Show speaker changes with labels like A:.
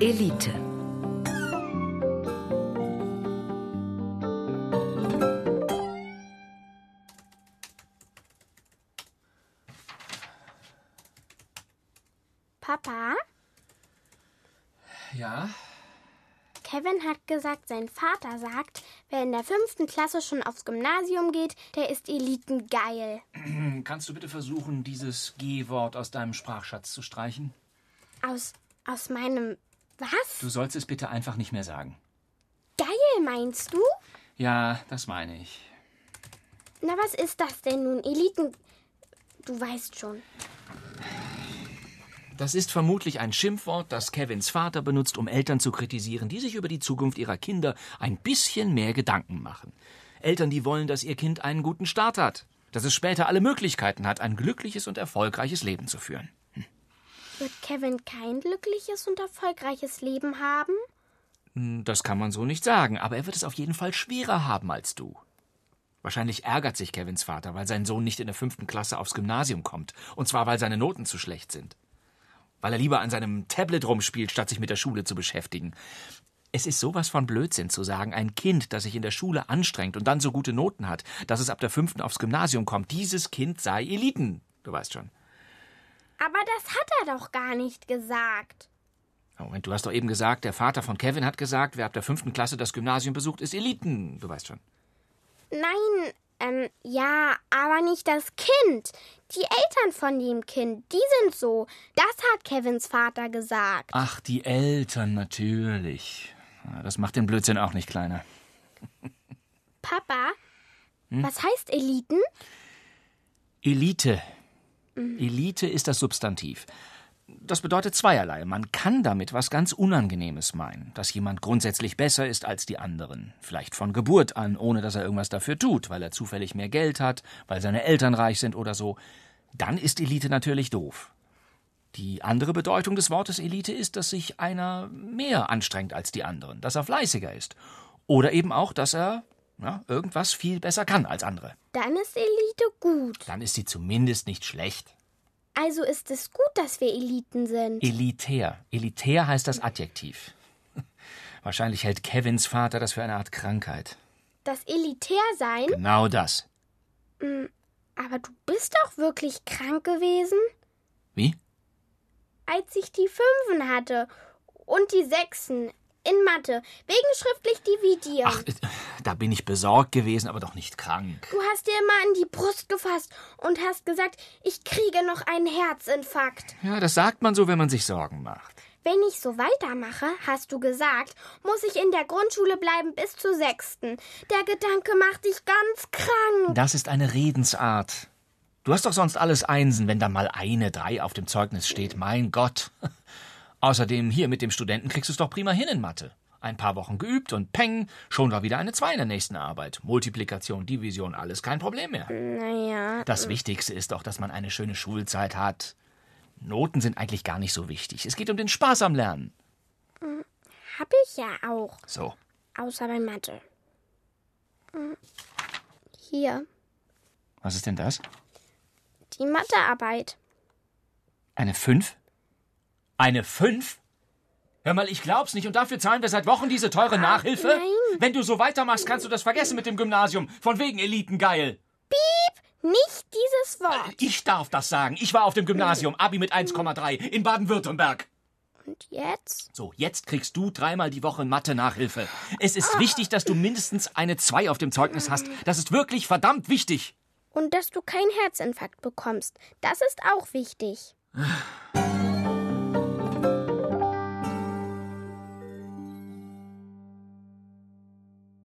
A: Elite.
B: Papa,
C: Ja,
B: Kevin hat gesagt, sein Vater sagt, wer in der fünften Klasse schon aufs Gymnasium geht, der ist elitengeil.
C: kannst du bitte versuchen, dieses G-Wort aus deinem Sprachschatz zu streichen?
B: Aus, aus meinem, was?
C: Du sollst es bitte einfach nicht mehr sagen.
B: Geil meinst du?
C: Ja, das meine ich.
B: Na, was ist das denn nun? Eliten, du weißt schon.
C: Das ist vermutlich ein Schimpfwort, das Kevins Vater benutzt, um Eltern zu kritisieren, die sich über die Zukunft ihrer Kinder ein bisschen mehr Gedanken machen. Eltern, die wollen, dass ihr Kind einen guten Start hat, dass es später alle Möglichkeiten hat, ein glückliches und erfolgreiches Leben zu führen.
B: Wird Kevin kein glückliches und erfolgreiches Leben haben?
C: Das kann man so nicht sagen, aber er wird es auf jeden Fall schwerer haben als du. Wahrscheinlich ärgert sich Kevins Vater, weil sein Sohn nicht in der fünften Klasse aufs Gymnasium kommt, und zwar weil seine Noten zu schlecht sind. Weil er lieber an seinem Tablet rumspielt, statt sich mit der Schule zu beschäftigen. Es ist sowas von Blödsinn zu sagen, ein Kind, das sich in der Schule anstrengt und dann so gute Noten hat, dass es ab der fünften aufs Gymnasium kommt, dieses Kind sei Eliten. Du weißt schon.
B: Aber das hat er doch gar nicht gesagt.
C: Oh, Moment, du hast doch eben gesagt, der Vater von Kevin hat gesagt, wer ab der fünften Klasse das Gymnasium besucht, ist Eliten. Du weißt schon.
B: Nein, ähm, ja, aber nicht das Kind. Die Eltern von dem Kind, die sind so. Das hat Kevins Vater gesagt.
C: Ach, die Eltern natürlich. Ja, Das macht den Blödsinn auch nicht kleiner.
B: Papa, was heißt Eliten?
C: Elite. Elite ist das Substantiv. Das bedeutet zweierlei. Man kann damit was ganz Unangenehmes meinen, dass jemand grundsätzlich besser ist als die anderen. Vielleicht von Geburt an, ohne dass er irgendwas dafür tut, weil er zufällig mehr Geld hat, weil seine Eltern reich sind oder so. Dann ist Elite natürlich doof. Die andere Bedeutung des Wortes Elite ist, dass sich einer mehr anstrengt als die anderen, dass er fleißiger ist. Oder eben auch, dass er ja, irgendwas viel besser kann als andere.
B: Dann ist Elite gut.
C: Dann ist sie zumindest nicht schlecht.
B: Also ist es gut, dass wir Eliten sind.
C: Elitär. Elitär heißt das Adjektiv. Wahrscheinlich hält Kevins Vater das für eine Art Krankheit.
B: Das Elitär sein?
C: Genau das.
B: Aber du bist doch wirklich krank gewesen,
C: Wie?
B: als ich die Fünfen hatte und die Sechsen in Mathe wegen schriftlich dividieren.
C: Ach, äh, da bin ich besorgt gewesen, aber doch nicht krank.
B: Du hast dir immer an die Brust gefasst und hast gesagt, ich kriege noch einen Herzinfarkt.
C: Ja, das sagt man so, wenn man sich Sorgen macht.
B: Wenn ich so weitermache, hast du gesagt, muss ich in der Grundschule bleiben bis zur sechsten. Der Gedanke macht dich ganz krank.
C: Das ist eine Redensart. Du hast doch sonst alles Einsen, wenn da mal eine Drei auf dem Zeugnis steht. Mein Gott. Außerdem, hier mit dem Studenten kriegst du es doch prima hin in Mathe. Ein paar Wochen geübt und peng, schon war wieder eine Zwei in der nächsten Arbeit. Multiplikation, Division, alles kein Problem mehr.
B: Naja,
C: Das Wichtigste ist doch, dass man eine schöne Schulzeit hat. Noten sind eigentlich gar nicht so wichtig. Es geht um den Spaß am Lernen.
B: hab ich ja auch.
C: So.
B: Außer bei Mathe. Hm. Hier,
C: Was ist denn das?
B: die Mathearbeit.
C: Eine 5? Eine 5? Hör mal, ich glaub's nicht. Und dafür zahlen wir seit Wochen diese teure Nachhilfe?
B: nein.
C: Wenn du so weitermachst, kannst du das vergessen mit dem Gymnasium. Von wegen Elitengeil.
B: Nicht dieses Wort.
C: Ich darf das sagen. Ich war auf dem Gymnasium. Abi mit 1,3 in Baden-Württemberg.
B: Und jetzt?
C: So, jetzt kriegst du dreimal die Woche Mathe-Nachhilfe. Es ist wichtig, dass du mindestens eine 2 auf dem Zeugnis hast. Das ist wirklich verdammt wichtig.
B: Und dass du keinen Herzinfarkt bekommst. Das ist auch wichtig.